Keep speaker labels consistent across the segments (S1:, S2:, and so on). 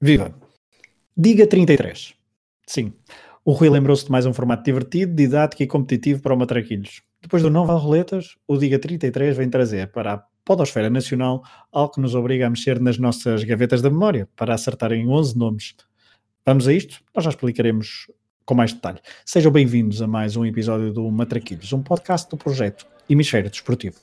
S1: Viva! Diga 33. Sim, o Rui lembrou-se de mais um formato divertido, didático e competitivo para o Matraquilhos. Depois do Não Vale Roletas, o Diga 33 vem trazer para a Podosfera Nacional algo que nos obriga a mexer nas nossas gavetas da memória para acertar em 11 nomes. Vamos a isto? Nós já explicaremos com mais detalhe. Sejam bem-vindos a mais um episódio do Matraquilhos, um podcast do projeto Hemisfério Desportivo.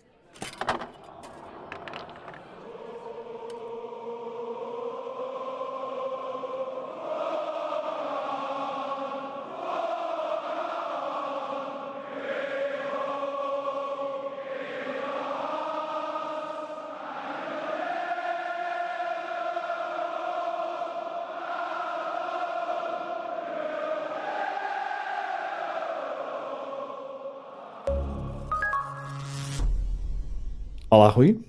S1: Olá, Rui.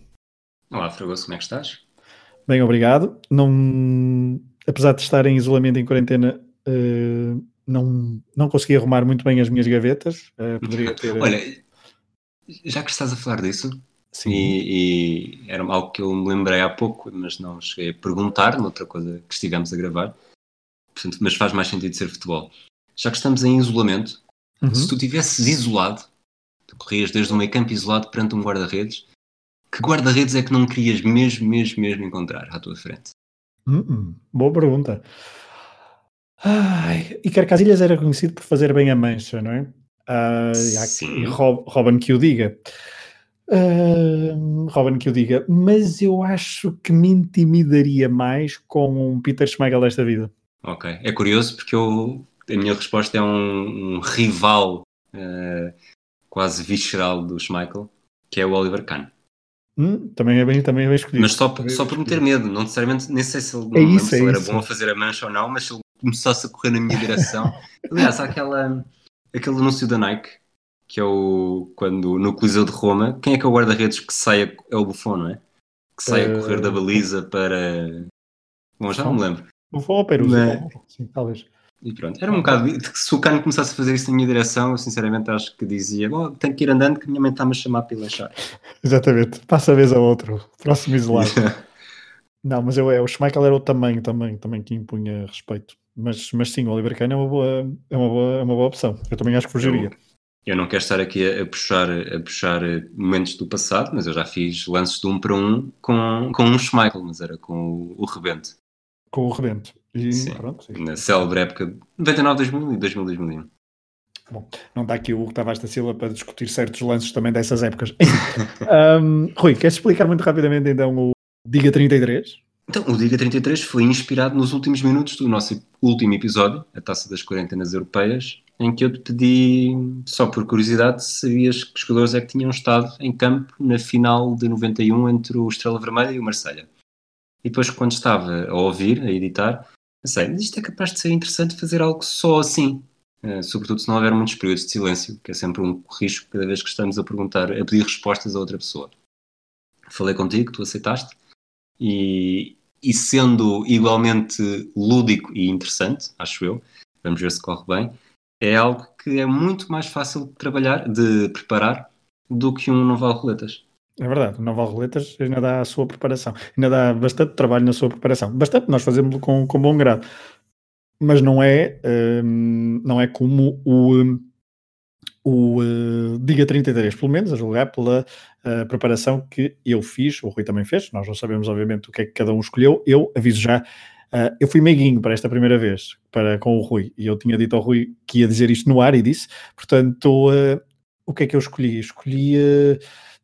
S2: Olá, Fragoso, como é que estás?
S1: Bem, obrigado. Não, apesar de estar em isolamento, em quarentena, eh, não, não consegui arrumar muito bem as minhas gavetas. Eh, poderia ter.
S2: Olha, já que estás a falar disso,
S1: sim,
S2: e, e era algo que eu me lembrei há pouco, mas não cheguei a perguntar noutra coisa que estivemos a gravar, portanto, mas faz mais sentido ser futebol. Já que estamos em isolamento,
S1: Uhum.
S2: se tu tivesses isolado, tu corrias desde um meio campo isolado perante um guarda-redes, que guarda-redes é que não querias mesmo, mesmo, mesmo encontrar à tua frente?
S1: Hum, hum, boa pergunta. Ai, Iker Casilhas era conhecido por fazer bem a mancha, não é? Ah, e há
S2: Sim.
S1: Rob, Robin que o diga. Ahm, Robin que o diga. Mas eu acho que me intimidaria mais com um Peter Schmeichel desta vida.
S2: Ok. É curioso porque eu, a minha resposta é um, um rival eh, quase visceral do Schmeichel, que é o Oliver Kahn.
S1: Hum, também, é bem, também é bem escolhido.
S2: Mas só, por-
S1: Também é
S2: só
S1: bem
S2: por me ter
S1: escolhido.
S2: medo, não necessariamente, nem sei se ele, não
S1: É
S2: lembro
S1: isso,
S2: se
S1: é
S2: ele era
S1: isso.
S2: bom a fazer a mancha ou não, mas se ele começasse a correr na minha direção. Aliás, há aquela, aquele anúncio da Nike, que é o quando no Coliseu de Roma, quem é que é o guarda-redes que sai a, é o Buffon, não é? Que sai a correr da
S1: Eh,
S2: baliza para. Bom, já não me lembro.
S1: Vou ao Peru,
S2: Não.
S1: sim, talvez.
S2: E pronto, era um bocado. Se o Cano começasse a fazer isso na minha direção, eu sinceramente acho que dizia: Bom, tenho que ir andando que a minha mãe está-me a chamar para ir lanchar.
S1: Exatamente. Passa a vez a outro. Próximo isolado. Não, mas eu, é, o Schmeichel era o tamanho também, também que impunha respeito. Mas, mas sim, o Oliver Kahn é uma, boa, é, uma boa, é uma boa opção. Eu também acho que fugiria.
S2: eu não quero estar aqui a, a puxar, a puxar eh, momentos do passado, mas eu já fiz lances de um para um com, com um Schmeichel, mas era com o, o Rebento,
S1: Com o rebento. E
S2: Sim.
S1: pronto, sim.
S2: na célebre época de 99, 2000 e um. 2000, 2001.
S1: Não está aqui o Hugo Tavares da Silva para discutir certos lances também dessas épocas. Ahm, Rui, queres explicar muito rapidamente então o Diga 33?
S2: Então, o Diga 33 foi inspirado nos últimos minutos do nosso último episódio, a Taça das Quarentenas Europeias, em que eu te pedi, só por curiosidade, se sabias que os jogadores é que tinham estado em campo na final de 91 entre o Estrela Vermelha e o Marselha. E depois, quando estava a ouvir, a editar, pensei, "Mas isto é capaz de ser interessante fazer algo só assim, eh, sobretudo se não houver muitos períodos de silêncio, que é sempre um risco cada vez que estamos a perguntar, a pedir respostas a outra pessoa. Falei contigo, tu aceitaste. E, e sendo igualmente lúdico e interessante, acho eu, vamos ver se corre bem, é algo que é muito mais fácil de trabalhar, de preparar, do que um não vale roletas.
S1: É verdade, o Naval Roletas ainda dá a sua preparação, ainda dá bastante trabalho na sua preparação. Bastante, nós fazemos com, com bom grado. Mas não é, hum, não é como o, hum, o eh, Diga 33, pelo menos, a julgar pela eh, preparação que eu fiz, o Rui também fez, nós não sabemos, obviamente, o que é que cada um escolheu. Eu aviso já, ah, eu fui meiguinho para esta primeira vez, para, com o Rui, e eu tinha dito ao Rui que ia dizer isto no ar e disse, portanto, eh, o que é que eu escolhi? Escolhi. eh,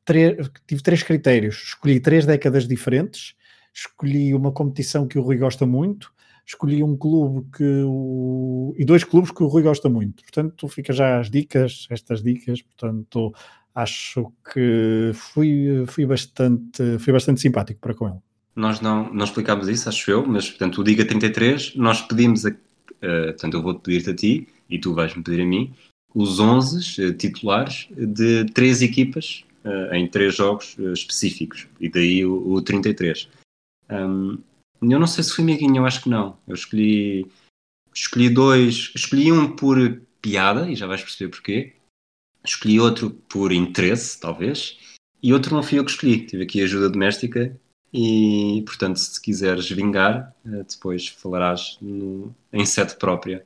S1: três- tive três critérios. Escolhi três décadas diferentes, escolhi uma competição que o Rui gosta muito, escolhi um clube que o, e dois clubes que o Rui gosta muito. Portanto, fica já as dicas, estas dicas, portanto, acho que fui, fui, bastante, fui bastante simpático para com ele.
S2: Nós não, não explicámos isso, acho eu, mas portanto o Diga 33, nós pedimos, a, eh, portanto eu vou-te pedir-te a ti, e tu vais-me pedir a mim, os 11 eh, titulares de três equipas eh, em três jogos eh, específicos, e daí o, o 33. Ahm, eu não sei se fui amiguinho, eu acho que não. Eu escolhi, escolhi dois, escolhi um por piada, e já vais perceber porquê. Escolhi outro por interesse, talvez, e outro não fui eu que escolhi. Tive aqui ajuda doméstica E, portanto, se te quiseres vingar, eh, depois falarás no, em sede própria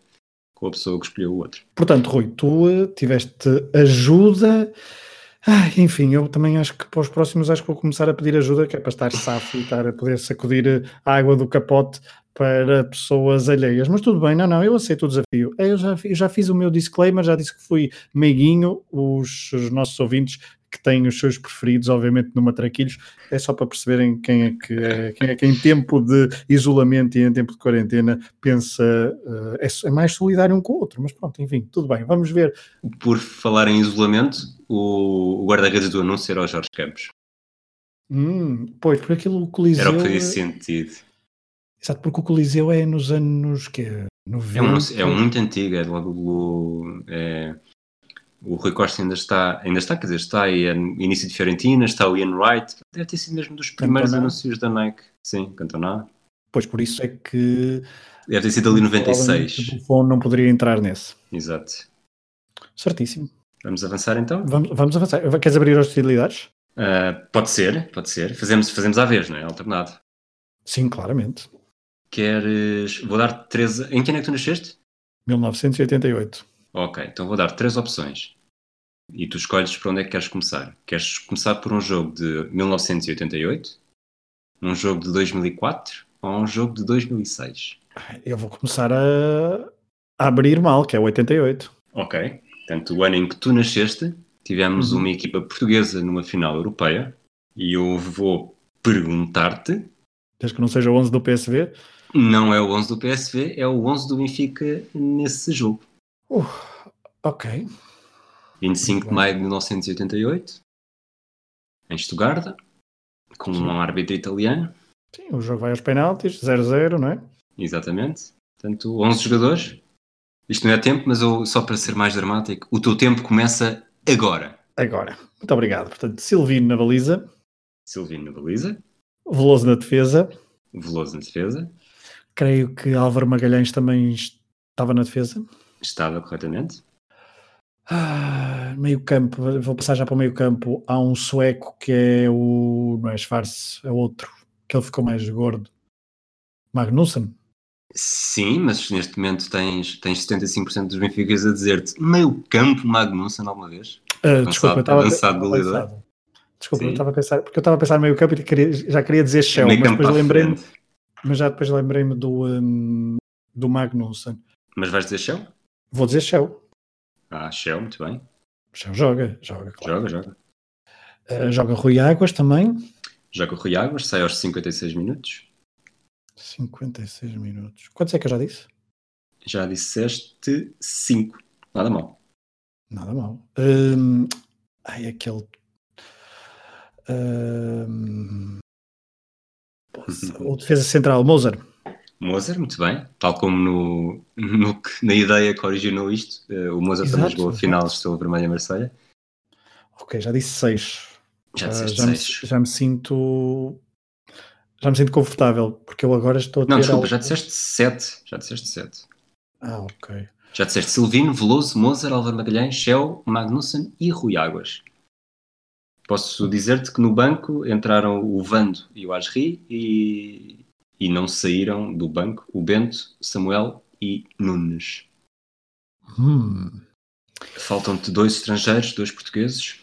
S2: com a pessoa que escolheu o outro.
S1: Portanto, Rui, tu eh, tiveste ajuda. Ai, enfim, eu também acho que para os próximos acho que vou começar a pedir ajuda, que é para estar safo e estar a poder sacudir eh, a água do capote para pessoas alheias. Mas tudo bem, não, não, eu aceito o desafio. Eh, Eu já, eu já fiz o meu disclaimer, já disse que fui meiguinho, os, os nossos ouvintes que têm os seus preferidos, obviamente, no Matraquilhos, é só para perceberem quem é que é, quem é que em tempo de isolamento e em tempo de quarentena pensa, uh, é, é, mais solidário um com o outro, mas pronto, enfim, tudo bem, vamos ver.
S2: Por falar em isolamento, o guarda-redes do anúncio era o Jorge Campos.
S1: Hum, pois, por aquilo o Coliseu...
S2: Era o que fazia sentido.
S1: Exato, porque o Coliseu é nos anos que 90.
S2: É um, é um muito antigo, é logo do... É o Rui Costa ainda está, ainda está, quer dizer, está aí no início de Fiorentina, está o Ian Wright, deve ter sido mesmo dos primeiros Cantona. anúncios da Nike, sim, Cantona.
S1: Pois por isso é que.
S2: Deve ter sido ali 96.
S1: O Buffon não poderia entrar nesse.
S2: Exato.
S1: Certíssimo.
S2: Vamos avançar então?
S1: Vamos, vamos avançar. Queres abrir as hostilidades?
S2: Uh, pode ser, pode ser. Fazemos, fazemos à vez, não é? Alternado.
S1: Sim, claramente.
S2: Queres. Vou dar três. Em que ano é que tu nasceste?
S1: 1988.
S2: Ok, então vou dar três opções. E tu escolhes para onde é que queres começar. Queres começar por um jogo de 1988, um jogo de 2004 ou um jogo de 2006?
S1: Eu vou começar a, a abrir mal, que é 88.
S2: Ok, portanto, o ano em que tu nasceste, tivemos uhum. uma equipa portuguesa numa final europeia e eu vou perguntar-te.
S1: Desde que não seja o 11 do PSV?
S2: Não é o 11 do PSV, é o 11 do Benfica nesse jogo.
S1: Uh, ok.
S2: 25 de maio de 1988, em Estugarda, com Sim. um árbitro italiano.
S1: Sim, o jogo vai aos penaltis, 0-0, não é?
S2: Exatamente. Portanto, 11 jogadores. Isto não é tempo, mas eu, só para ser mais dramático, o teu tempo começa agora.
S1: Agora. Muito obrigado. Portanto, Silvino na baliza.
S2: Silvino na baliza.
S1: Veloso na defesa.
S2: Veloso na defesa.
S1: Creio que Álvaro Magalhães também estava na defesa.
S2: Estava corretamente.
S1: Ah, meio campo, vou passar já para o meio campo. Há um sueco que é o. Não é Schwarz, é outro, que ele ficou mais gordo. Magnussen.
S2: Sim, mas neste momento tens, tens 75% dos benficas a dizer-te meio campo Magnussen alguma vez.
S1: Ah, desculpa, eu estava lançado do líder. Desculpa, Sim. eu estava a pensar, porque eu estava a pensar meio campo e queria, já queria dizer Shell, mas depois lembrei-me, mas já depois lembrei-me do, um, do Magnussen.
S2: Mas vais dizer Shell?
S1: Vou dizer Shell.
S2: Ah, Shell, muito bem.
S1: Shell joga, joga, claro.
S2: Joga, joga.
S1: Uh, joga Rui Águas também.
S2: Joga Rui Águas, sai aos 56 minutos.
S1: 56 minutos. Quantos é que eu já disse?
S2: Já disseste 5. Nada mal.
S1: Nada mal. Um, ai, aquele. Um,
S2: Uhum.
S1: o defesa central, Moser.
S2: Mozart, muito bem, tal como no, no, na ideia que originou isto, eh, o Mozart exato, também jogou a final de Estrela Vermelha Marselha.
S1: Ok, já disse seis.
S2: Já,
S1: uh,
S2: Ah, já,
S1: seis. Me, já, me, sinto já me sinto confortável, porque eu agora estou a
S2: Não, desculpa, algo... já disseste sete. Já disseste sete.
S1: Ah, ok.
S2: Já disseste Silvino, Veloso, Mozart, Álvaro Magalhães, Shell, Magnussen e Rui Águas. Posso dizer-te que no banco entraram o Vando e o Asri e, e não saíram do banco o Bento, Samuel e Nunes.
S1: Hum.
S2: Faltam-te dois estrangeiros, dois portugueses.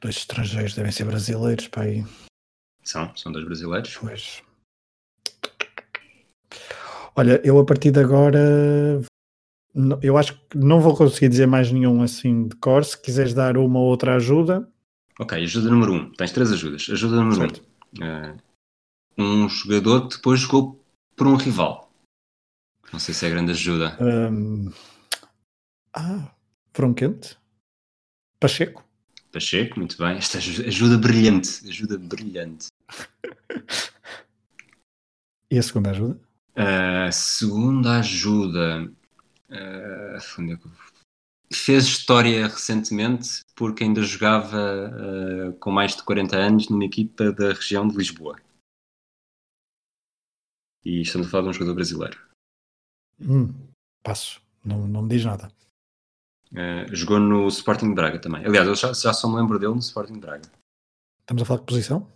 S1: Dois estrangeiros, devem ser brasileiros, pai.
S2: São, são dois brasileiros.
S1: Pois. Olha, eu a partir de agora. Eu acho que não vou conseguir dizer mais nenhum assim de cor. Se quiseres dar uma ou outra ajuda.
S2: Ok, ajuda número um. Tens três ajudas. Ajuda número certo. um. Uh um jogador que depois jogou por um rival. Não sei se é grande ajuda.
S1: Um... Ah, Verão Quente? Pacheco?
S2: Pacheco, muito bem. Esta ajuda brilhante. Ajuda brilhante.
S1: e a segunda ajuda?
S2: A uh, segunda ajuda. Uh, Fez história recentemente porque ainda jogava uh, com mais de 40 anos numa equipa da região de Lisboa. E estamos a falar de um jogador brasileiro.
S1: Hum, passo, não, não me diz nada.
S2: Uh, jogou no Sporting Braga também. Aliás, eu já, já, só me lembro dele no Sporting Braga.
S1: Estamos a falar de posição?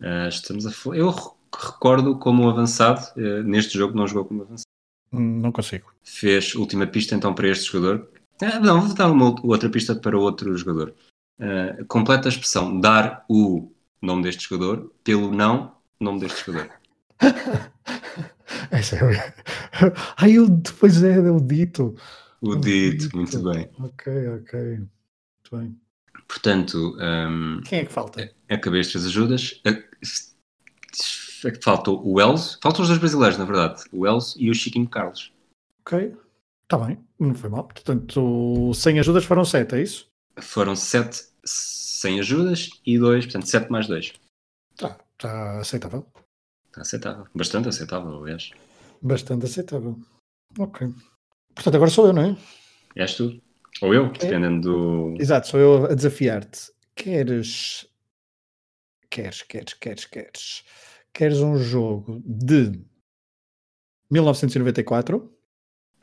S2: Uh, estamos a falar. Eu recordo como um avançado, uh, neste jogo não jogou como avançado.
S1: Hum, Não consigo.
S2: Fez última pista então para este jogador. Ah, não, vou dar uma outra pista para outro jogador. Uh, completa a expressão dar o nome deste jogador pelo não nome deste jogador.
S1: Essa é... Ai, eu, depois é, é o dito.
S2: O dito, muito bem.
S1: Ok, ok. Muito bem.
S2: Portanto, um,
S1: Quem é que falta?
S2: acabei estas ajudas. Ah, é Faltou o Elzo, faltam os dois brasileiros, na verdade, o Elzo e o Chiquinho Carlos.
S1: Ok. Está bem, não foi mal. Portanto, sem ajudas foram sete, é isso?
S2: Foram sete sem ajudas e dois, portanto, sete mais dois.
S1: Está tá aceitável.
S2: Está aceitável, bastante aceitável, aliás.
S1: Bastante aceitável. Ok. Portanto, agora sou eu, não é?
S2: És tu. Ou eu, dependendo do.
S1: Exato, sou eu a desafiar-te. Queres. Queres, queres, queres, queres. Queres um jogo de 1994,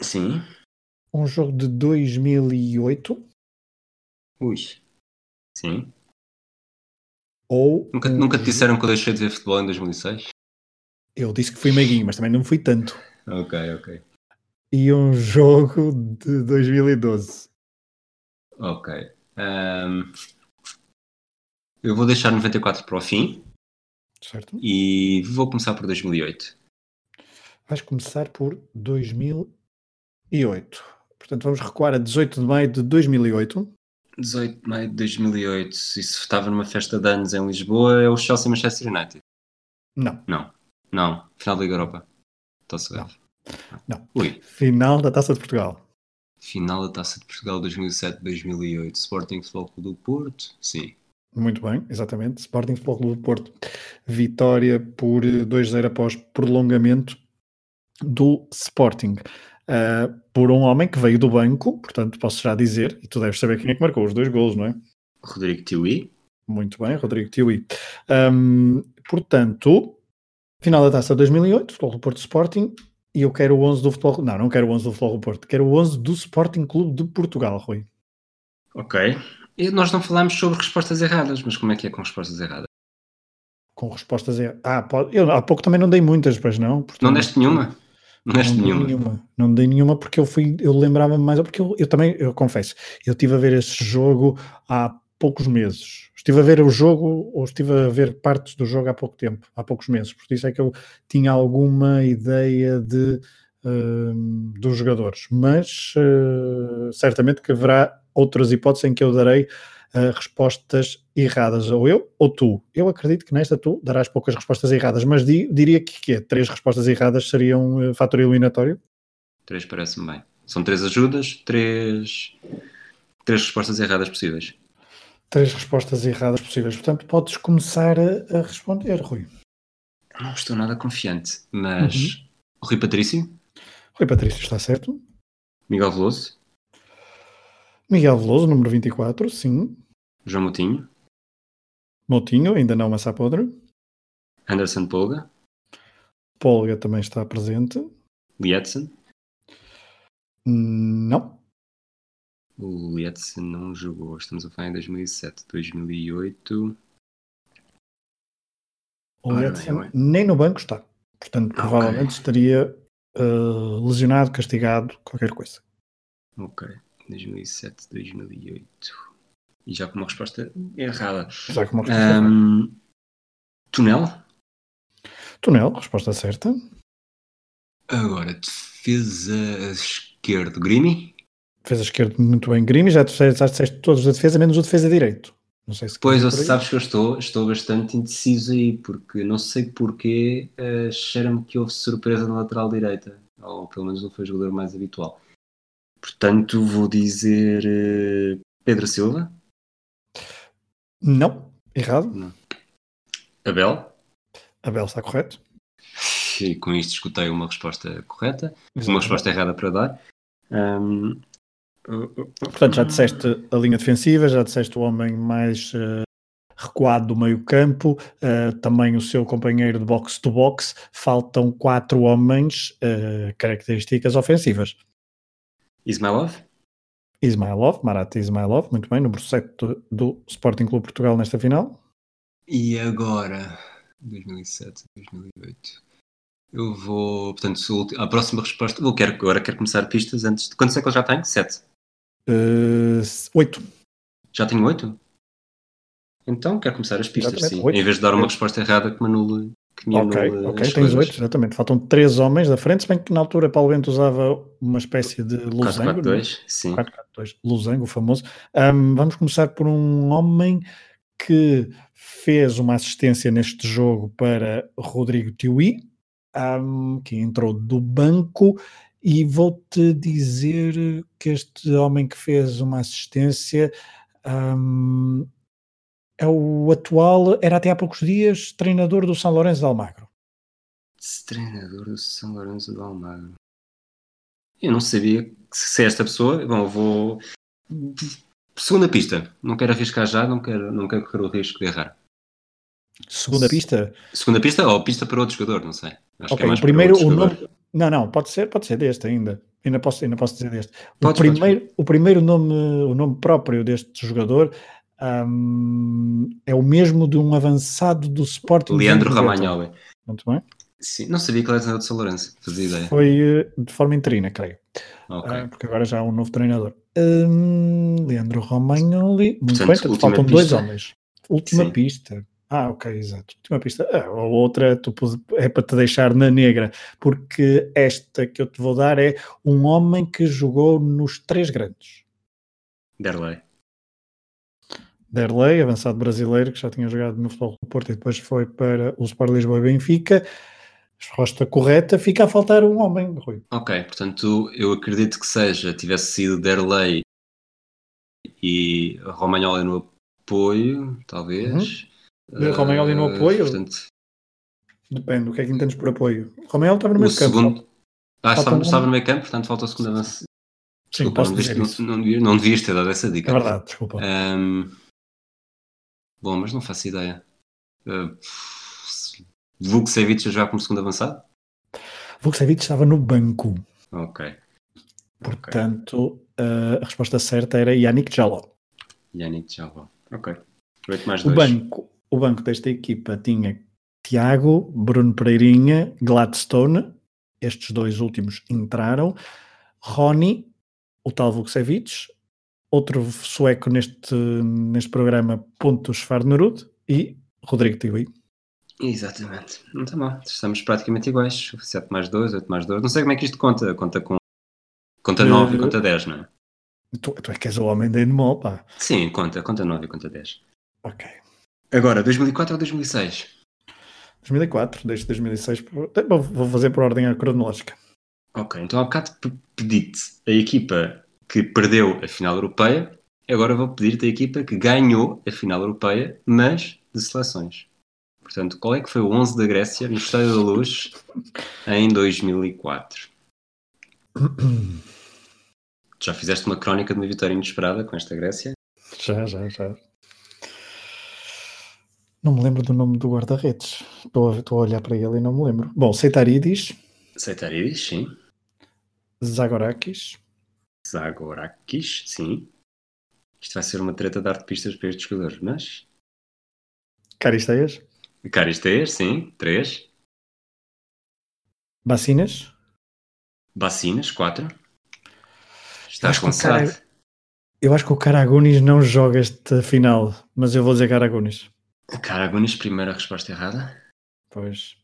S2: Sim.
S1: um jogo de 2008
S2: Ui. Sim.
S1: ou.
S2: Nunca,
S1: um-
S2: nunca te disseram que eu deixei de ver futebol em 2006?
S1: Eu disse que fui meiguinho, mas também não fui tanto.
S2: Ok, ok.
S1: E um jogo de 2012.
S2: Ok. Ahm, eu vou deixar 94 para o fim
S1: Certo?
S2: e vou começar por 2008.
S1: Vais começar por 2008. Portanto, vamos recuar a 18 de maio de 2008.
S2: 18 de maio de 2008. Isso estava numa festa de anos em Lisboa. É o Chelsea Manchester United.
S1: Não,
S2: Não, final da Liga Europa. Estou cegado.
S1: Não.
S2: Ui,
S1: final da Taça de Portugal.
S2: final da Taça de Portugal 2007-2008. Sporting Futebol Clube do Porto. Sim.
S1: Muito bem, exatamente. Sporting Futebol Clube do Porto. Vitória por eh, 2-0 após prolongamento do Sporting. Ah, por um homem que veio do banco, portanto, posso já dizer, e tu deves saber quem é que marcou os dois golos, não é?
S2: Rodrigo Tiwi.
S1: Muito bem, Rodrigo Tiwi. Ahm, portanto, final da taça de 2008, Futebol do Porto Sporting, e eu quero o 11 do Futebol. Não, não quero o 11 do Futebol do Porto, quero o 11 do Sporting Clube de Portugal, Rui.
S2: Ok. E nós não falámos sobre respostas erradas, mas como é que é com respostas erradas?
S1: Com respostas. er- Ah, pode... eu há pouco também não dei muitas, pois não? Portanto,
S2: Não deste nenhuma?
S1: não
S2: Não deste
S1: dei
S2: nenhuma.
S1: Não dei nenhuma porque eu fui. Eu lembrava-me mais. Porque eu, eu também, eu confesso, eu estive a ver esse jogo há poucos meses. Estive a ver o jogo, ou estive a ver partes do jogo há pouco tempo, há poucos meses. Por isso é que eu tinha alguma ideia de, hum, dos jogadores. Mas eh, certamente que haverá outras hipóteses em que eu darei eh, respostas erradas, ou eu ou tu. Eu acredito que nesta tu darás poucas respostas erradas, mas di- diria que, que é, três respostas erradas seriam eh, fator eliminatório.
S2: Três parece-me bem. São três ajudas, três, três respostas erradas possíveis.
S1: Três respostas erradas possíveis. Portanto, podes começar a, a responder, Rui.
S2: Não estou nada confiante, mas. Rui Patrício,
S1: Rui Patrício está certo.
S2: Miguel Veloso,
S1: Miguel Veloso, número 24, sim.
S2: João Moutinho,
S1: Moutinho, ainda não massa podre.
S2: Anderson Polga,
S1: Polga também está presente.
S2: Lietzen.
S1: Hum, Não.
S2: O Lietzen não jogou. Estamos a falar em 2007, 2008.
S1: O
S2: Ora bem,
S1: Edson
S2: ora
S1: nem no banco está. Portanto,
S2: Ah,
S1: provavelmente estaria eh, lesionado, castigado, qualquer coisa.
S2: Ok. 2007, 2008. E já com uma resposta errada.
S1: Já com uma resposta errada.
S2: Ahm, Tunel?
S1: Tunel, resposta certa.
S2: Agora, defesa esquerdo, Grimi?
S1: Defesa esquerda muito bem. Grimi, já disseste já disseste todos os da defesa, menos o defesa direito. Não sei se queres
S2: Pois,
S1: ir
S2: ou
S1: por aí.
S2: sabes que eu estou, estou bastante indeciso aí, porque não sei porquê, eh, cheira-me que houve surpresa na lateral direita, ou pelo menos não foi o jogador mais habitual. Portanto, vou dizer eh, Pedro Silva,
S1: Não, errado.
S2: Abel,
S1: Abel está correto.
S2: e com isto escutei uma resposta correta, uma resposta errada para dar. Ahm,
S1: Portanto, já disseste a linha defensiva, já disseste o homem mais eh, recuado do meio-campo, eh, também o seu companheiro de boxe-to-boxe. Faltam quatro homens, eh, características ofensivas.
S2: Ismailov?
S1: Ismailov, Marat Ismailov, muito bem, número 7 do Sporting Clube Portugal nesta final.
S2: E agora? 2007, 2008. Eu vou, portanto, se o ulti- a próxima resposta. Eu quero, agora quero começar pistas antes. De, quantos é que eu já tenho? Sete.
S1: Eh, s- oito.
S2: Já tenho oito? Então quero começar as pistas,
S1: Exatamente,
S2: sim.
S1: oito.
S2: Em vez de dar uma resposta errada que me anule. Que me
S1: Ok,
S2: anule
S1: ok,
S2: as
S1: tens
S2: coisas.
S1: oito, exatamente. Faltam três homens da frente, se bem que na altura Paulo Bento usava uma espécie de losango. não é?
S2: 4-4-2, sim.
S1: 4-4-2, losango famoso. Ahm, vamos começar por um homem que fez uma assistência neste jogo para Rodrigo Tiwi, ahm, que entrou do banco. E vou-te dizer que este homem que fez uma assistência ahm, é o atual, era até há poucos dias, treinador do São Lourenço de Almagro.
S2: Esse Treinador do São Lourenço do Almagro. Eu não sabia que se é esta pessoa. Bom, eu vou. Segunda pista. Não quero arriscar já, não quero, não quero correr o risco de errar.
S1: Segunda pista.
S2: Segunda pista ou pista para outro jogador, não sei. Acho é
S1: Ok, o
S2: para
S1: primeiro,
S2: outro
S1: o
S2: jogador.
S1: nome. Não, não, pode ser, pode ser deste ainda. Ainda posso, ainda posso dizer deste. O,
S2: Podes, podes.
S1: primeiro, o primeiro nome, o nome próprio deste jogador ahm, é o mesmo de um avançado do Sporting. dos
S2: Leandro
S1: anos 90.
S2: Ramagnoli.
S1: Muito bem.
S2: Sim, não sabia que ele era treinador do São Lourenço. Fazia ideia.
S1: Foi eh, de forma interina, creio.
S2: Ok.
S1: Ah, porque agora já há um novo treinador. Hum, Leandro Romagnoli. Muito bem,
S2: Portanto,
S1: portanto,
S2: última
S1: faltam dois
S2: pista.
S1: homens. Última
S2: Sim.
S1: pista. Ah, ok, exato. Última pista. Ah, a outra tu pus- é para te deixar na negra, porque esta que eu te vou dar é um homem que jogou nos três grandes.
S2: Derlei.
S1: Derlei, avançado brasileiro, que já tinha jogado no Futebol Clube do Porto e depois foi para o Sport Lisboa e Benfica. Resposta correta. Fica a faltar um homem, Rui.
S2: Ok, portanto, eu acredito que seja, tivesse sido Derlei e Romagnoli no apoio, talvez.
S1: Uhum. Romagnoli no
S2: Ah,
S1: apoio?
S2: Portanto,
S1: Depende, o que é que entendes por apoio? Romel estava no
S2: o
S1: meio de campo.
S2: segundo. Ah,
S1: Falta
S2: estava,
S1: um.
S2: estava no meio campo, portanto falta o segundo avanço.
S1: Sim,
S2: Desculpa,
S1: posso
S2: não,
S1: dizer
S2: devias-
S1: isso.
S2: não, não, devias, não devias ter dado essa dica.
S1: É verdade, desculpa.
S2: Ahm, bom, mas não faço ideia. Uh, Vukcevic já jogar como segundo avançado?
S1: Vukcevic estava no banco,
S2: Ok. Ok.
S1: portanto eh, a resposta certa era Yannick Jaló.
S2: Yannick já vou. Ok. 8 mais
S1: O
S2: 2.
S1: banco, o banco desta equipa tinha Tiago, Bruno Pereirinha, Gladstone, estes dois últimos entraram, Rony, o tal Vukcevic, outro sueco neste, neste programa, Pontus Farnerud e Rodrigo Tiwi.
S2: Exatamente. Não está mal. Estamos praticamente iguais. 7 mais 2, 8 mais 2. Não sei como é que isto conta. Conta com. Conta
S1: Eh,
S2: 9 e conta 10, não é?
S1: Tu, tu é que és o homem da Endemol, pá.
S2: Sim, conta. Conta 9 e conta 10.
S1: Ok.
S2: Agora, 2004 ou 2006?
S1: 2004, desde 2006, por- vou- vou fazer por ordem cronológica.
S2: Ok, então há bocado pe- pedi-te a equipa que perdeu a final europeia. Agora vou pedir-te a equipa que ganhou a final europeia, mas de seleções. Portanto, qual é que foi o 11 da Grécia no Estádio da Luz em 2004? Já fizeste uma crónica de uma vitória inesperada com esta Grécia?
S1: Já, já, já. Não me lembro do nome do guarda-redes. Estou a, estou a olhar para ele e não me lembro. Bom, Seitaridis,
S2: Seitaridis, sim.
S1: Zagorakis.
S2: Zagorakis, sim. Isto vai ser uma treta de arte pistas para estes jogadores, mas...
S1: Caristeias,
S2: Caristeias, sim. 3.
S1: Bacinas.
S2: Bacinas, 4. Estás
S1: Acho que o cara-
S2: lançado.
S1: Eu acho que o Caragunis não joga esta final, mas eu vou dizer Caragunis.
S2: Caragunis, primeira resposta errada.
S1: Pois.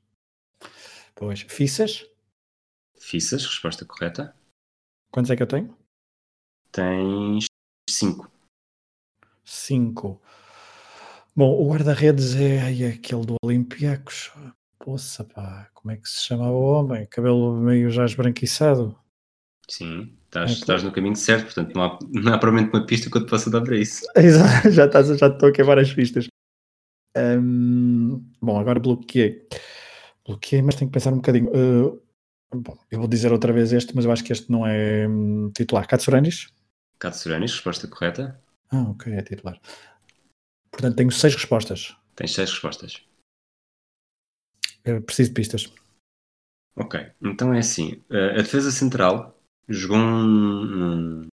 S1: Pois. Fissas?
S2: Fissas, resposta correta.
S1: Quantos é que eu tenho?
S2: Tens 5.
S1: Cinco. Bom, o guarda-redes é, ai, é aquele do Olympiacos. Poça, pá. Como é que se chamava o homem? Cabelo meio já esbranquiçado.
S2: Sim, estás,
S1: Ok.
S2: estás no caminho certo, portanto não há, não há provavelmente uma pista que eu te possa dar para isso.
S1: Exato, já, estás, já estou a queimar as pistas. Ahm, bom, agora bloqueei. Bloqueei, mas tenho que pensar um bocadinho. Ah, bom, eu vou dizer outra vez este, mas eu acho que este não é hum, titular. Katsuranis?
S2: Katsuranis, resposta correta.
S1: Ah, ok, é titular. Portanto, tenho seis respostas.
S2: Tens 6 respostas.
S1: Eu preciso de pistas.
S2: Ok, então é assim: eh, a defesa central jogou um, um,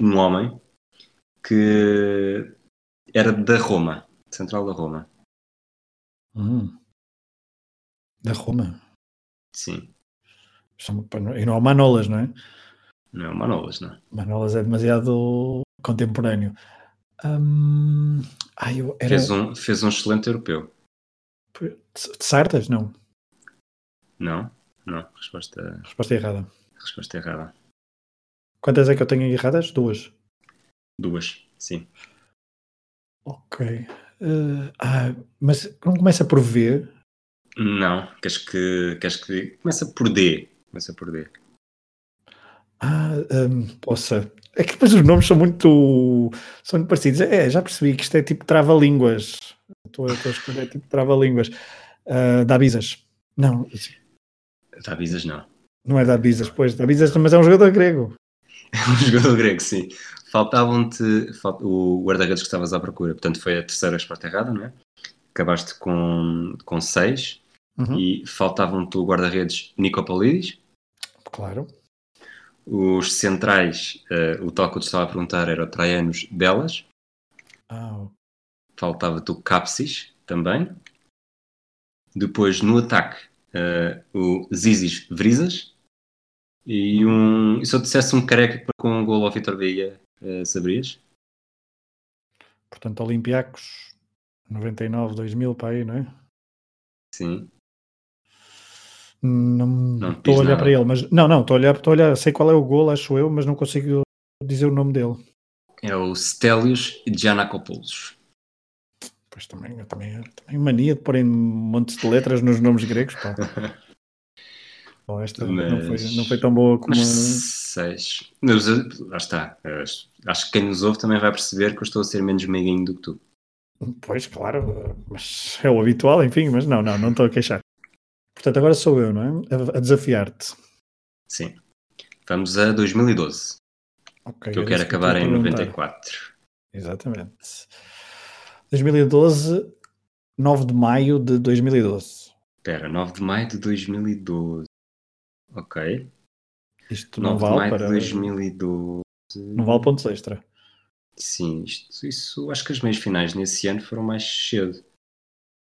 S2: um homem que era da Roma, central da Roma.
S1: Hum, Da Roma?
S2: Sim.
S1: São- E não há Manolas, não é?
S2: Não é o Manolas, não.
S1: Manolas é demasiado contemporâneo. Hum, ai, eu era
S2: Fez, um, fez um excelente europeu.
S1: de Sartas? Não,
S2: Não? Não. Resposta,
S1: resposta errada.
S2: resposta errada.
S1: Quantas é que eu tenho erradas? Duas.
S2: Duas. Sim.
S1: Ok. Eh, ah, mas não começa por V.
S2: Não. Queres que. Queres que. Começa por D. Começa por D.
S1: Ah, hum, poça. É que depois os nomes são muito, são muito parecidos. É, já percebi que isto é tipo trava-línguas. Estou a estou a escolher tipo trava-línguas. Ah, dá bisas. Não, isso-
S2: Tá, avisas não.
S1: não é dá bisas, pois. Dá bisas, mas é um jogador grego.
S2: Um jogador grego, sim. Faltavam-te fal- o guarda-redes que estavas à procura, portanto foi a terceira resposta errada, não é? Acabaste com, com seis
S1: Uhum,
S2: e faltavam-te o guarda-redes Nicopolidis.
S1: Claro.
S2: Os centrais, eh, o tal que eu te estava a perguntar era o Traianos Delas.
S1: Ah,
S2: Faltava-te o Capsis também. Depois no ataque, eh, o Zizis Vrisas. E um, e se eu dissesse um careca com um gol ao Vitor Bahia, eh, saberias?
S1: portanto, Olympiacos 99, 2000 para aí, não é?
S2: Sim.
S1: Não
S2: Não te
S1: estou a
S2: diz
S1: olhar
S2: nada.
S1: para ele, mas não, não, estou a olhar, estou a olhar, sei qual é o gol, acho eu, mas não consigo dizer o nome dele.
S2: É o Stelios Giannakopoulos.
S1: Pois também, eu também, eu também mania de porem montes de letras nos nomes gregos, pá. Bom, esta não, foi,
S2: Mas-
S1: não foi tão boa como.
S2: Mas
S1: a-
S2: Hum. seis. Mas, eh, lá está. Eh, Acho que quem nos ouve também vai perceber que eu estou a ser menos meiguinho do que tu.
S1: Pois, claro, mas é o habitual, enfim, mas não, não, não estou a queixar. Portanto, agora sou eu, não é? A, a desafiar-te.
S2: Sim. Vamos a 2012,
S1: Ok,
S2: que eu
S1: era
S2: quero
S1: isso
S2: acabar
S1: eu ia
S2: em
S1: perguntar.
S2: 94.
S1: Exatamente. 2012, 9 de maio de 2012.
S2: Espera, 9 de maio de 2012. Ok.
S1: Isto não
S2: 9 de
S1: vale
S2: maio
S1: para.
S2: de 2012.
S1: Não vale pontos extra.
S2: Sim, isto, isso, acho que as meias finais nesse ano foram mais cedo.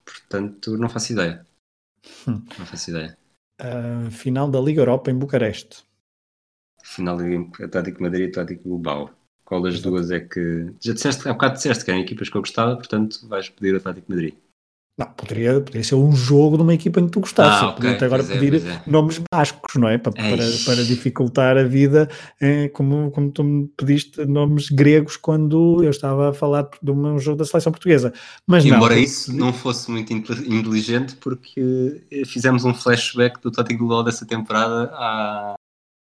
S2: Portanto, não faço ideia.
S1: Hum.
S2: Não faço ideia.
S1: Ah, final da Liga Europa em Bucareste.
S2: Final Atlético de Madrid e Atlético de Bilbao. Qual das
S1: Exato.
S2: duas é que. Já disseste, há bocado disseste que eram equipas que eu gostava, portanto vais pedir Atlético de Madrid.
S1: Não, poderia, poderia ser um jogo de uma equipa em que tu gostasses.
S2: Ah,
S1: Eu
S2: ok,
S1: Podia até Tá, agora
S2: pois é,
S1: pedir
S2: pois é.
S1: nomes bascos, não é? Pa- Para,
S2: Ei.
S1: para, dificultar a vida, eh, como, como tu me pediste nomes gregos quando eu estava a falar de um jogo da seleção portuguesa. Mas não,
S2: Embora isso não fosse muito inte- inteligente, porque eh, fizemos um flashback do Atlético de Bilbao dessa temporada há,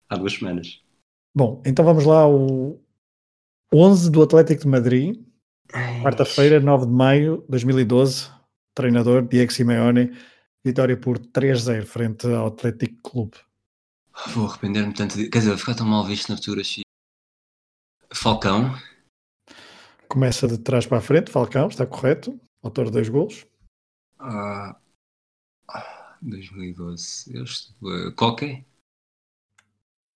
S2: há duas semanas.
S1: Bom, então vamos lá ao 11 do Atlético de Madrid, quarta-feira, 9 de maio de 2012. Treinador Diego Simeone, vitória por 3-0 frente ao Atlético Clube.
S2: Ai, Vou arrepender-me tanto. De... Quer dizer, vou ficar tão mal visto na futura X. Falcão,
S1: Começa de trás para a frente, Falcão, está correto, autor de dois golos.
S2: ah, ah, 2012. Eu estou... eh, Coque,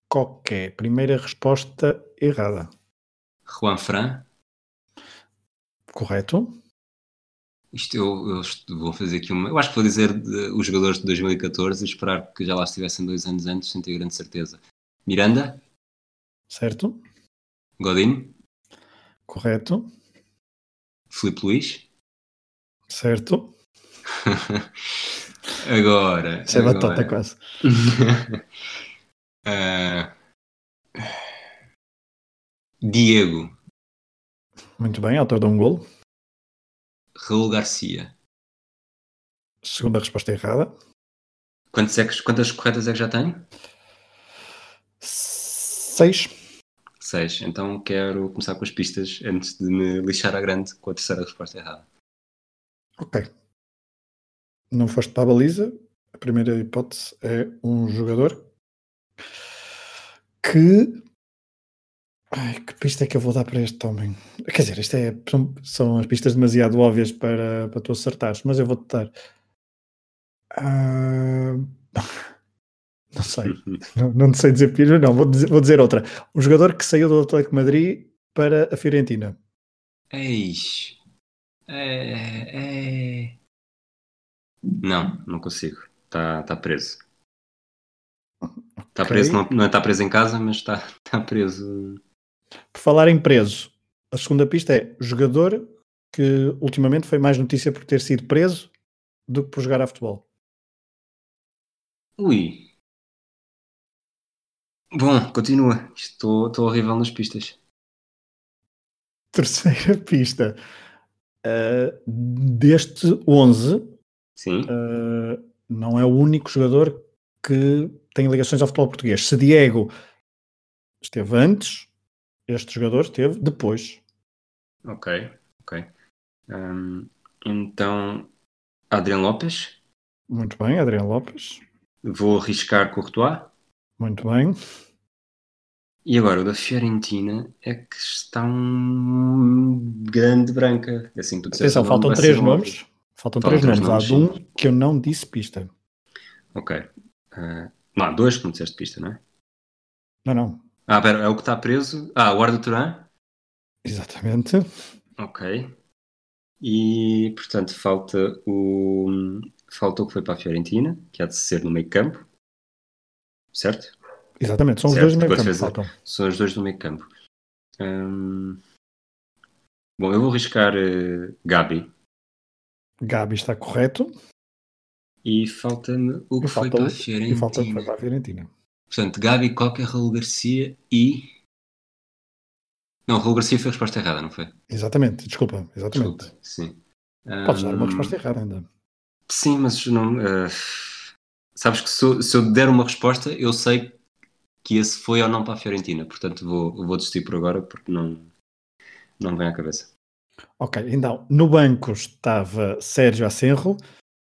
S1: Coqué, primeira resposta errada,
S2: Juan Fran.
S1: correto?
S2: Isto eu, eu est- vou fazer aqui uma. Eu acho que vou dizer de- os jogadores de 2014 e esperar que já lá estivessem dois anos antes, sem ter grande certeza. Miranda,
S1: Certo?
S2: Godinho,
S1: Correto?
S2: Filipe Luís.
S1: Certo?
S2: Agora.
S1: Isso é
S2: agora.
S1: batata quase.
S2: Ah, Diego,
S1: Muito bem, autor de um golo.
S2: Raul Garcia.
S1: Segunda resposta errada.
S2: Quantos é que- quantas corretas é que já tenho?
S1: Seis.
S2: Seis. Então quero começar com as pistas antes de me lixar à grande com a terceira resposta errada.
S1: Ok. Não foste para a baliza. A primeira hipótese é um jogador que. Ai, que pista é que eu vou dar para este homem? Quer dizer, isto é, são, são as pistas demasiado óbvias para, para tu acertares, mas eu vou-te dar. Ah, Não sei, não, não sei dizer pista, não, vou dizer, vou dizer outra. Um jogador que saiu do Atlético de Madrid para a Fiorentina.
S2: Eis. É, é... Não, não consigo. Está tá preso. Está preso, não, não está preso em casa, mas está tá preso.
S1: Por falar em preso, a segunda pista é jogador que ultimamente foi mais notícia por ter sido preso do que por jogar a futebol.
S2: Ui. Bom, continua. Estou, estou horrível nas pistas.
S1: Terceira pista. Uh, deste 11,
S2: Sim.
S1: uh, não é o único jogador que tem ligações ao futebol português. Se Diego esteve antes, este jogador esteve depois.
S2: Ok, ok. Hum, então, Adriano Lopes,
S1: Muito bem, Adriano Lopes.
S2: vou arriscar Courtois.
S1: Muito bem.
S2: E agora, o da Fiorentina é que está um grande branca. É Assim, que tu disseste
S1: Atenção,
S2: o nome,
S1: faltam
S2: vai ser
S1: três
S2: um
S1: nomes. Faltam
S2: Faltam
S1: três
S2: três
S1: nomes. Há de
S2: nomes,
S1: um que eu não disse pista.
S2: Ok. Ah, não, há dois que não disseste pista, não é?
S1: Não, não.
S2: Ah, pera, é o que está preso. Ah, o Arda Turan.
S1: Exatamente.
S2: Ok. E, portanto, falta o... Falta o que foi para a Fiorentina, que há de ser no meio campo. Certo?
S1: Exatamente. São os
S2: Certo,
S1: dois no meio
S2: depois
S1: campo.
S2: fez-
S1: Faltam.
S2: São os dois do meio campo. Hum, Bom, eu vou arriscar eh, Gabi.
S1: Gabi está correto.
S2: E falta-me o que
S1: E
S2: foi
S1: falta,
S2: para a
S1: e falta foi
S2: Fiorentina.
S1: para a Fiorentina.
S2: Portanto, Gabi, Coca, Raul Garcia e. Não, Raul Garcia foi a resposta errada, não foi?
S1: Exatamente. Desculpa. Exatamente.
S2: Desculpa. Sim.
S1: Podes dar uma
S2: Ahm,
S1: resposta errada ainda.
S2: Sim, mas não. ah, sabes que se, eu- se eu der uma resposta, eu sei que esse foi ou não para a Fiorentina. Portanto, vou, vou desistir por agora porque não, não me vem à cabeça.
S1: Ok, então, no banco estava Sérgio Acerro,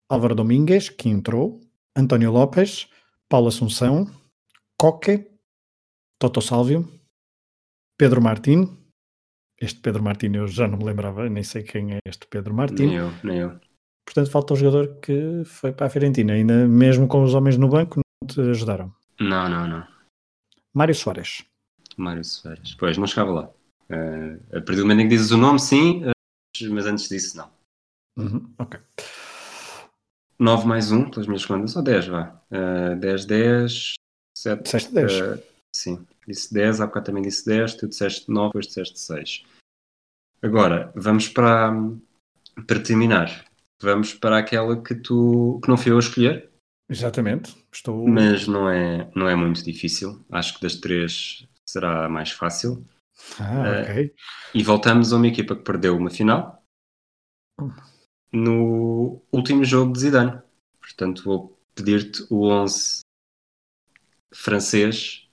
S1: Álvaro Domingues, que entrou, António Lopes, Paulo Assunção, Coque, Toto Sálvio, Pedro Martim. Este Pedro Martim eu já não me lembrava, nem sei quem é este Pedro Martim.
S2: Nem eu, nem eu.
S1: Portanto, falta o jogador que foi para a Fiorentina, ainda mesmo com os homens no banco, não te ajudaram.
S2: Não, não, não.
S1: Mário Soares.
S2: Mário Soares. Pois, não chegava lá. Ah, a partir do momento em que dizes o nome, sim, ah, mas antes disso, não.
S1: Uhum, Ok.
S2: 9 mais 1, pelas minhas contas, ou 10, vá. Ah, 10, 10, 7.
S1: Disseste 10.
S2: Eh, sim, disse 10, há bocado também disse 10, tu disseste 9, depois disseste 6. Agora, vamos para, para terminar. Vamos para aquela que tu que não fui eu a escolher,
S1: Exatamente. Estou.
S2: mas não é, não é muito difícil. Acho que das três será a mais fácil. eh,
S1: Ah, ok.
S2: E voltamos a uma equipa que perdeu uma final no último jogo de Zidane. Portanto, vou pedir-te o 11 francês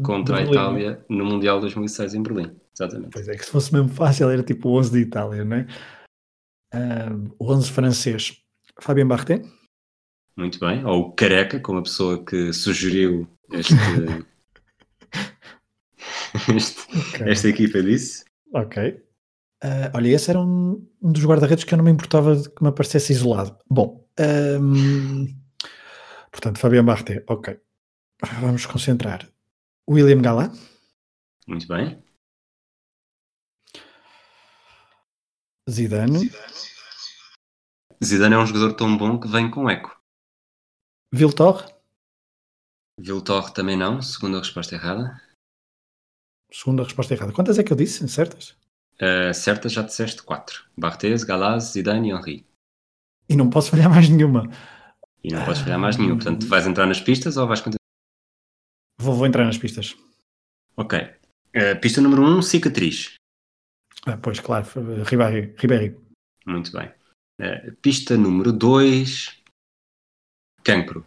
S2: contra a
S1: Berlim.
S2: Itália no Mundial 2006 em Berlim. Exatamente.
S1: Pois é, que se fosse mesmo fácil era tipo o 11 de Itália, não é? Ah, o 11 francês, Fabien Barthez,
S2: Muito bem. Ou o Careca, como a pessoa que sugeriu este- este-
S1: ok.
S2: esta equipa disse.
S1: Ok. Ah, olha, esse era um, um dos guarda-redes que eu não me importava de que me aparecesse isolado. Bom, ahm, portanto, Fabien Barthez, ok. Vamos concentrar. William Galá,
S2: Muito bem.
S1: Zidane,
S2: Zidane é um jogador tão bom que vem com eco.
S1: Viltor,
S2: Viltor também não, segunda resposta errada.
S1: segunda resposta errada. Quantas é que eu disse? Certas?
S2: Uh, certa já disseste 4. Barthez, Galaz, Zidane e Henri.
S1: E não posso falhar mais nenhuma.
S2: E não podes falhar mais nenhum. Portanto, vais entrar nas pistas ou vais continuar?
S1: Vou, vou entrar nas pistas.
S2: Ok. Uh, pista número 1, um, cicatriz.
S1: Ah, pois, claro, Ribéry. Ribéry.
S2: Muito bem. Uh, pista número 2, cancro.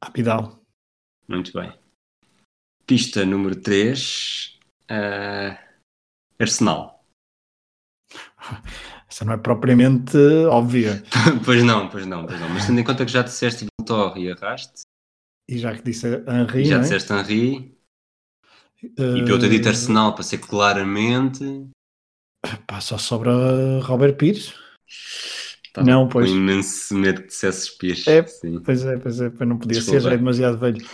S1: Abidal.
S2: Muito bem. Pista número 3, arsenal.
S1: Essa não é propriamente eh, óbvia.
S2: pois não, pois não, pois não. Mas tendo em conta que já disseste Viltor e Arraste,
S1: E já que disse Henri.
S2: e já
S1: não é?
S2: disseste Henri,
S1: Eh,
S2: e pelo teu dito arsenal para ser claramente...
S1: pá, só sobra Robert Pires.
S2: Tá
S1: Não,
S2: Com
S1: pois.
S2: imenso medo que dissesses Pires.
S1: É.
S2: Sim.
S1: Pois é, pois é, pois não podia
S2: Desculpa.
S1: ser, já é demasiado velho.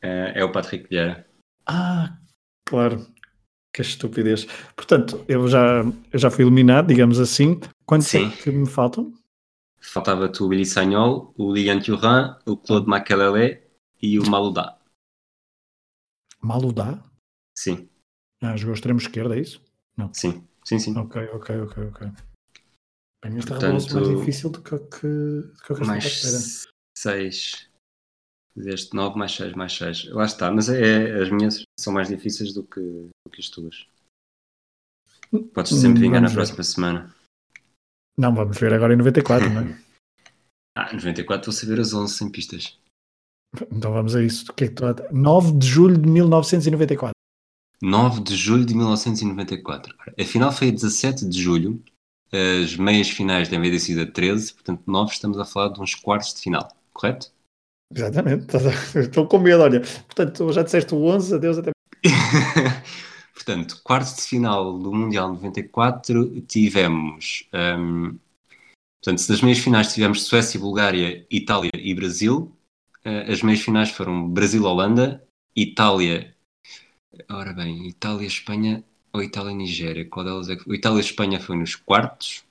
S2: Eh, é o Patrick Vieira.
S1: Ah, claro. Que estupidez. Portanto, eu já, eu já fui eliminado, digamos assim. Quantos
S2: Sim.
S1: é que me faltam?
S2: Faltava-te o Willy Sagnol, o Lilian Thuram, o Claude Makelele e o Maludá.
S1: Maludá?
S2: Sim,
S1: Ah, jogou extremo esquerdo, é isso?
S2: sim, sim, sim.
S1: Ok, ok, ok, ok. Bem, esta
S2: Portanto,
S1: revelou-se mais difícil do que o que, do que, o que eu estava à espera.
S2: mais 6. Fizeste 9 mais 6, mais 6. Lá está, mas é, é- as minhas são mais difíceis do que, do que as tuas. Podes sempre
S1: Hum,
S2: vingar na
S1: vamos ver.
S2: próxima semana.
S1: Não, vamos ver agora em 94, não é?
S2: Ah, 94 vou saber as 11 sem pistas.
S1: Então vamos a isso. O que é que tu... 9 de julho de 1994.
S2: 9 de julho de 1994. Ora, A final foi a 17 de julho. As meias finais devem ter sido a 13. Portanto, 9 estamos a falar de uns quartos de final, correto?
S1: Exatamente. Estás a- Estou com medo, olha. Portanto, tu já disseste o 11, adeus até...
S2: Portanto, quartos de final do Mundial 94 tivemos. hum, portanto, se nas meias finais tivemos Suécia, Bulgária, Itália e Brasil, eh, as meias finais foram Brasil-Holanda, Itália. Ora bem, Itália-Espanha ou Itália-Nigéria? Qual delas é que foi? Itália-Espanha foi nos quartos,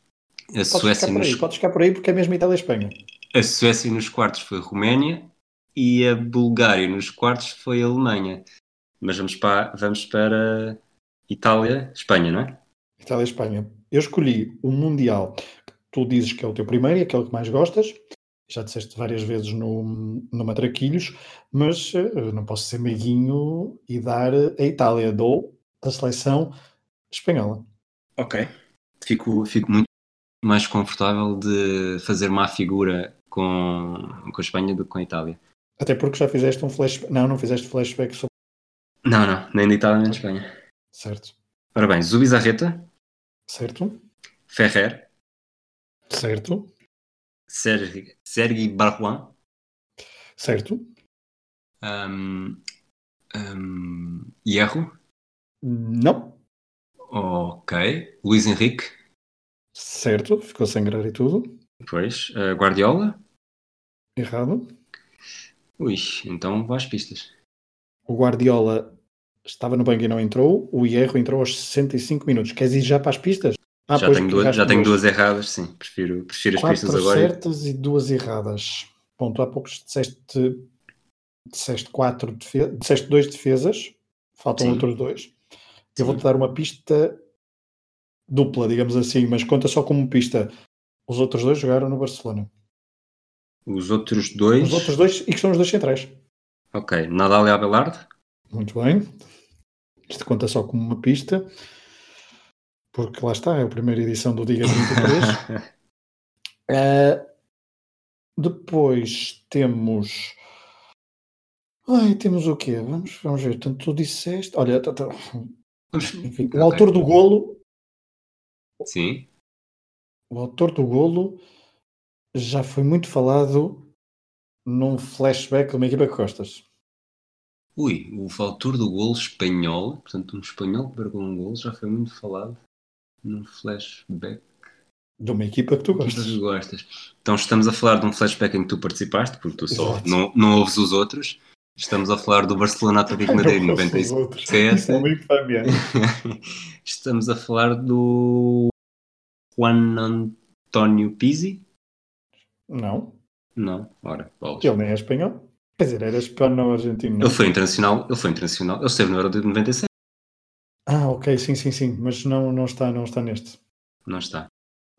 S2: a
S1: Podes
S2: Suécia
S1: ficar, por
S2: nos
S1: aí, podes ficar por aí porque é mesmo Itália e Espanha.
S2: a Suécia nos quartos foi a Roménia e a Bulgária nos quartos foi a Alemanha. Mas vamos para, vamos para Itália, Espanha, não é?
S1: Itália e Espanha. Eu escolhi o Mundial que tu dizes que é o teu primeiro e aquele que mais gostas. Já disseste várias vezes no, no Matraquilhos, mas eh, eu não posso ser meiguinho e dar a Itália. Dou a seleção espanhola.
S2: Ok. Fico, fico muito mais confortável de fazer má figura com, com a Espanha do que com a Itália.
S1: Até porque já fizeste um flashback. Não, não fizeste flashback sobre.
S2: Não, não, nem da Itália nem da Espanha.
S1: Certo.
S2: Ora bem, Zubizarreta,
S1: Certo.
S2: Ferrer,
S1: Certo.
S2: Sergi, Sergi Barruan,
S1: Certo.
S2: um, um, Hierro,
S1: Não.
S2: ok, Luís Henrique,
S1: Certo. Ficou sem grar e tudo.
S2: pois, eh, Guardiola,
S1: Errado.
S2: Ui, então vá às pistas.
S1: O Guardiola estava no banco e não entrou. O Hierro entrou aos 65 minutos. Queres ir já para as pistas? Ah,
S2: já
S1: pois,
S2: tenho,
S1: porque
S2: duas, já
S1: erraste
S2: tenho duas erradas, sim. Prefiro, prefiro as pistas
S1: Quatro
S2: agora.
S1: certas e duas erradas. Bom, tu há poucos disseste, disseste, quatro defe- disseste dois defesas. Faltam
S2: Sim.
S1: outros dois.
S2: Sim.
S1: Eu vou-te dar uma pista dupla, digamos assim, mas conta só como pista. Os outros dois jogaram no Barcelona.
S2: Os outros dois.
S1: Os outros dois, e que são os dois centrais.
S2: Ok, Nadal e Abelardo.
S1: Muito bem. Isto conta só como uma pista, porque lá está, é a primeira edição do Diga 23. Ah, depois temos. Ai, temos o quê? Vamos, vamos ver. Tanto tu disseste. Olha, tá- tá-
S2: Vamos-
S1: enfim,
S2: ok.
S1: o autor do golo.
S2: Sim,
S1: O autor do golo já foi muito falado num flashback de uma equipa que gostas.
S2: ui, o autor do golo espanhol, portanto, um espanhol que marcou um golo, já foi muito falado num flashback
S1: De uma equipa que tu
S2: que
S1: gostas.
S2: tu gostas. Então, estamos a falar de um flashback em que tu participaste, porque tu só
S1: Exato.
S2: não, não ouves os outros. Estamos a falar do Barcelona Atlético de Madrid
S1: Eu gosto dos
S2: 96.
S1: outros.
S2: CS.
S1: Isso é uma infâmia.
S2: Estamos a falar do Juan António Pizzi?
S1: Não.
S2: Não, ora, bolas.
S1: Ele nem é espanhol. Quer dizer, era espanhol argentino. não?
S2: Ele foi internacional, ele foi internacional. Ele esteve no Euro de 96,
S1: Ah, ok, sim, sim, sim. Mas não, não, está, não está neste.
S2: não está.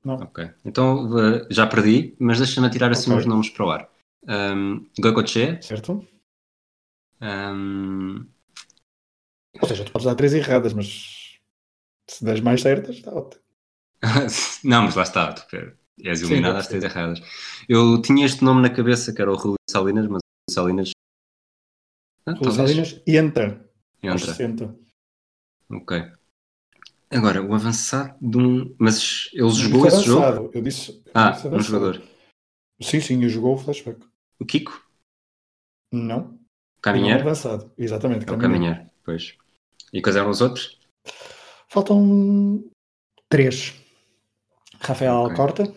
S1: Não.
S2: Ok. Então eh, já perdi, mas deixa-me atirar assim
S1: Ok.
S2: uns nomes para o ar. Um, Goicoechea,
S1: Certo?
S2: um,
S1: Ou seja, tu podes dar três erradas, mas se das mais certas, está ótimo.
S2: não, mas lá está, tu per- és
S1: Sim,
S2: eliminado
S1: eu
S2: às três erradas. Eu tinha este nome na cabeça que era o Rui Salinas, mas o Salinas. Ah,
S1: Luís
S2: talvez.
S1: Salinas e Enter, aos
S2: Entra.
S1: 60.
S2: Ok. Agora, o avançado de um. Mas ele jogou
S1: Disse
S2: esse jogo?
S1: é avançado, Eu disse, eu
S2: Ah,
S1: disse
S2: um
S1: avançado.
S2: jogador.
S1: Sim, sim, eu jogou o flashback.
S2: O Kiko?
S1: Não. é
S2: O Caminheiro?
S1: Avançado, exatamente.
S2: É o
S1: caminheiro.
S2: Caminheiro, pois. E quais eram os outros?
S1: Faltam três. Rafael
S2: Ok.
S1: Alcorta,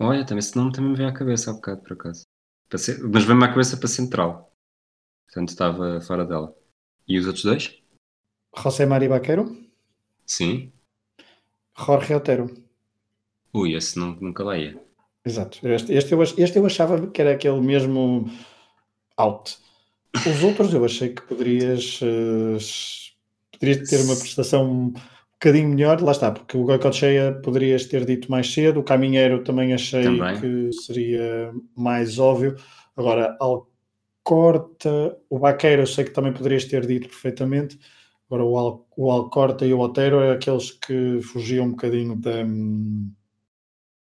S2: Olha, também esse nome também me veio à cabeça há bocado, por acaso. Para ser- Mas veio-me à cabeça para Central. Portanto, estava fora dela. E os outros dois?
S1: José Mari Baqueiro,
S2: Sim.
S1: Jorge Otero.
S2: Ui, esse não, nunca lá ia.
S1: Exato. Este, este, eu, este eu achava que era aquele mesmo out. Os outros eu achei que poderias, eh, poderias ter uma prestação um bocadinho melhor, lá está, porque o Goicoechea poderias ter dito mais cedo, o Caminheiro também achei
S2: Também.
S1: que seria mais óbvio. Agora, Alcorta, o Baqueiro eu sei que também poderias ter dito perfeitamente. Agora, o, Al, o Alcorta e o Otero eram aqueles que fugiam um bocadinho da... hum,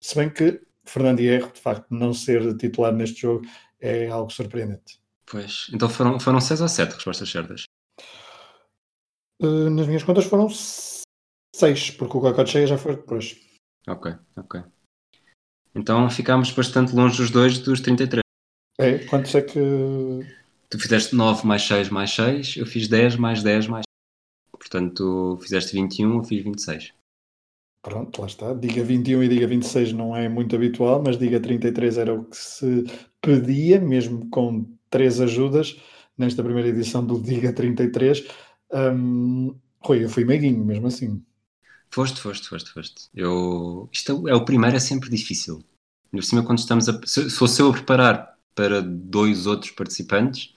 S1: Se bem que Fernando Hierro, de facto, não ser titular neste jogo é algo surpreendente.
S2: Pois. Então foram, foram seis ou sete respostas certas.
S1: Uh, nas minhas contas foram s- seis, porque o Goicoechea já foi depois.
S2: Ok, ok. Então ficámos bastante longe os dois dos 33.
S1: É, quantos é que.
S2: Tu fizeste 9 mais 6 mais 6, eu fiz 10 mais 10 mais 6. Portanto, tu fizeste 21, eu fiz 26.
S1: Pronto, lá está. Diga 21 e diga 26 não é muito habitual, mas diga 33 era o que se pedia, mesmo com três ajudas, nesta primeira edição do Diga 33. Um, Rui, eu fui meiguinho, mesmo assim.
S2: Foste, foste, foste, foste. Eu... Isto é, é o primeiro, é sempre difícil. Ainda Por cima, quando estamos a. Se, se fosse eu a preparar para dois outros participantes,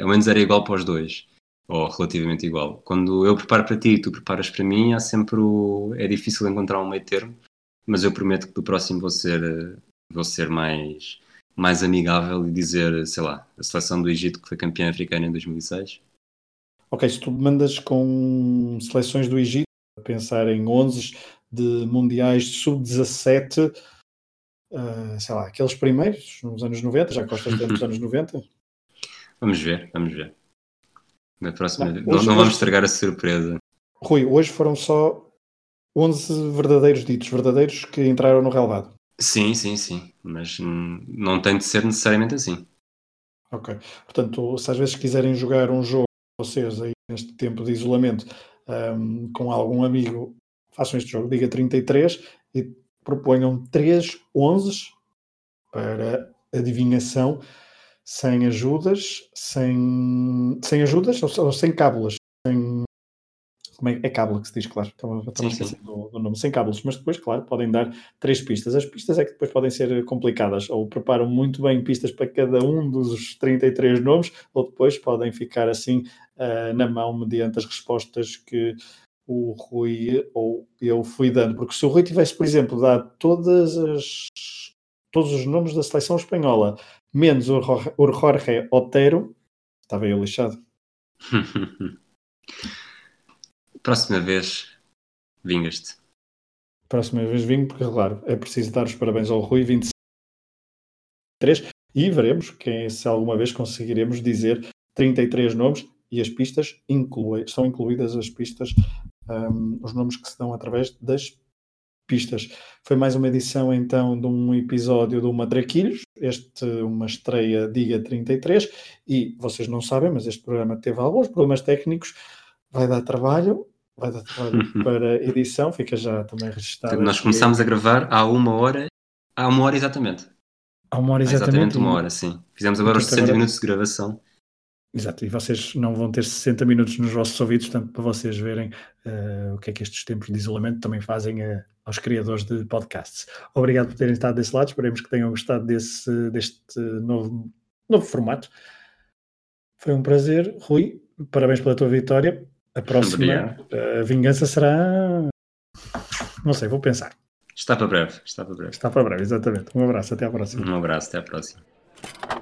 S2: ao menos era igual para os dois. Ou relativamente igual. Quando eu preparo para ti e tu preparas para mim, há sempre o... é difícil encontrar um meio termo, mas eu prometo que do próximo vou ser, eh, vou ser mais, mais amigável e dizer, sei lá, a seleção do Egito que foi campeã africana em 2006.
S1: Ok, se tu me mandas com seleções do Egito, a pensar em 11 de mundiais de sub-17, ah, sei lá, aqueles primeiros, nos anos 90, já costas tanto dos anos 90?
S2: Vamos ver, vamos ver. Na próxima,
S1: Não,
S2: não,
S1: hoje-
S2: não
S1: hoje-
S2: vamos estragar a surpresa.
S1: Rui, hoje foram só 11 verdadeiros ditos, verdadeiros que entraram no relevado.
S2: Sim, sim, sim. Mas hum, não tem de ser necessariamente assim.
S1: Ok. Portanto, se às vezes quiserem jogar um jogo, vocês aí neste tempo de isolamento, ahm, com algum amigo, façam este jogo, diga 33 e proponham 3 11 para adivinhação, sem ajudas, sem, sem ajudas ou, ou sem cábulas. sem- como é, é cábula que se diz, claro. Estava, estava
S2: Sim, sim.
S1: esquecendo do, do nome. Sem cábulas, mas depois, claro, podem dar três pistas. As pistas é que depois podem ser complicadas, ou preparam muito bem pistas para cada um dos 33 nomes, ou depois podem ficar assim ah, na mão mediante as respostas que o Rui ou eu fui dando. Porque se o Rui tivesse, por exemplo, dado todas as, todos os nomes da seleção espanhola, menos o Ro- o Jorge Otero, estava eu lixado.
S2: Próxima vez, vingas-te.
S1: Próxima vez vim, porque, claro, é preciso dar os parabéns ao Rui 23 e veremos quem, se alguma vez conseguiremos dizer 33 nomes e as pistas incluem, são incluídas as pistas, hum, os nomes que se dão através das pistas. Foi mais uma edição então de um episódio do Matraquilhos, este uma estreia Diga 33 e vocês não sabem, mas este programa teve alguns problemas técnicos, vai dar trabalho, vai dar trabalho para edição, fica já também registado.
S2: Nós
S1: aqui.
S2: começámos a gravar há uma hora. Há uma hora exatamente.
S1: Há uma hora
S2: Há
S1: exatamente.
S2: exatamente uma hora, sim. Fizemos agora os
S1: Portanto,
S2: 60
S1: agora-
S2: minutos de gravação.
S1: Exato, e vocês não vão ter 60 minutos nos vossos ouvidos, portanto, para vocês verem eh, o que é que estes tempos de isolamento também fazem eh, aos criadores de podcasts. Obrigado por terem estado desse lado, esperemos que tenham gostado desse, deste novo, novo formato. Foi um prazer, Rui, parabéns pela tua vitória. A próxima
S2: Obrigado.
S1: eh, vingança será. Não sei, vou pensar.
S2: Está para breve, está para breve.
S1: Está para breve, exatamente. Um abraço, até à próxima.
S2: Um abraço, até à próxima.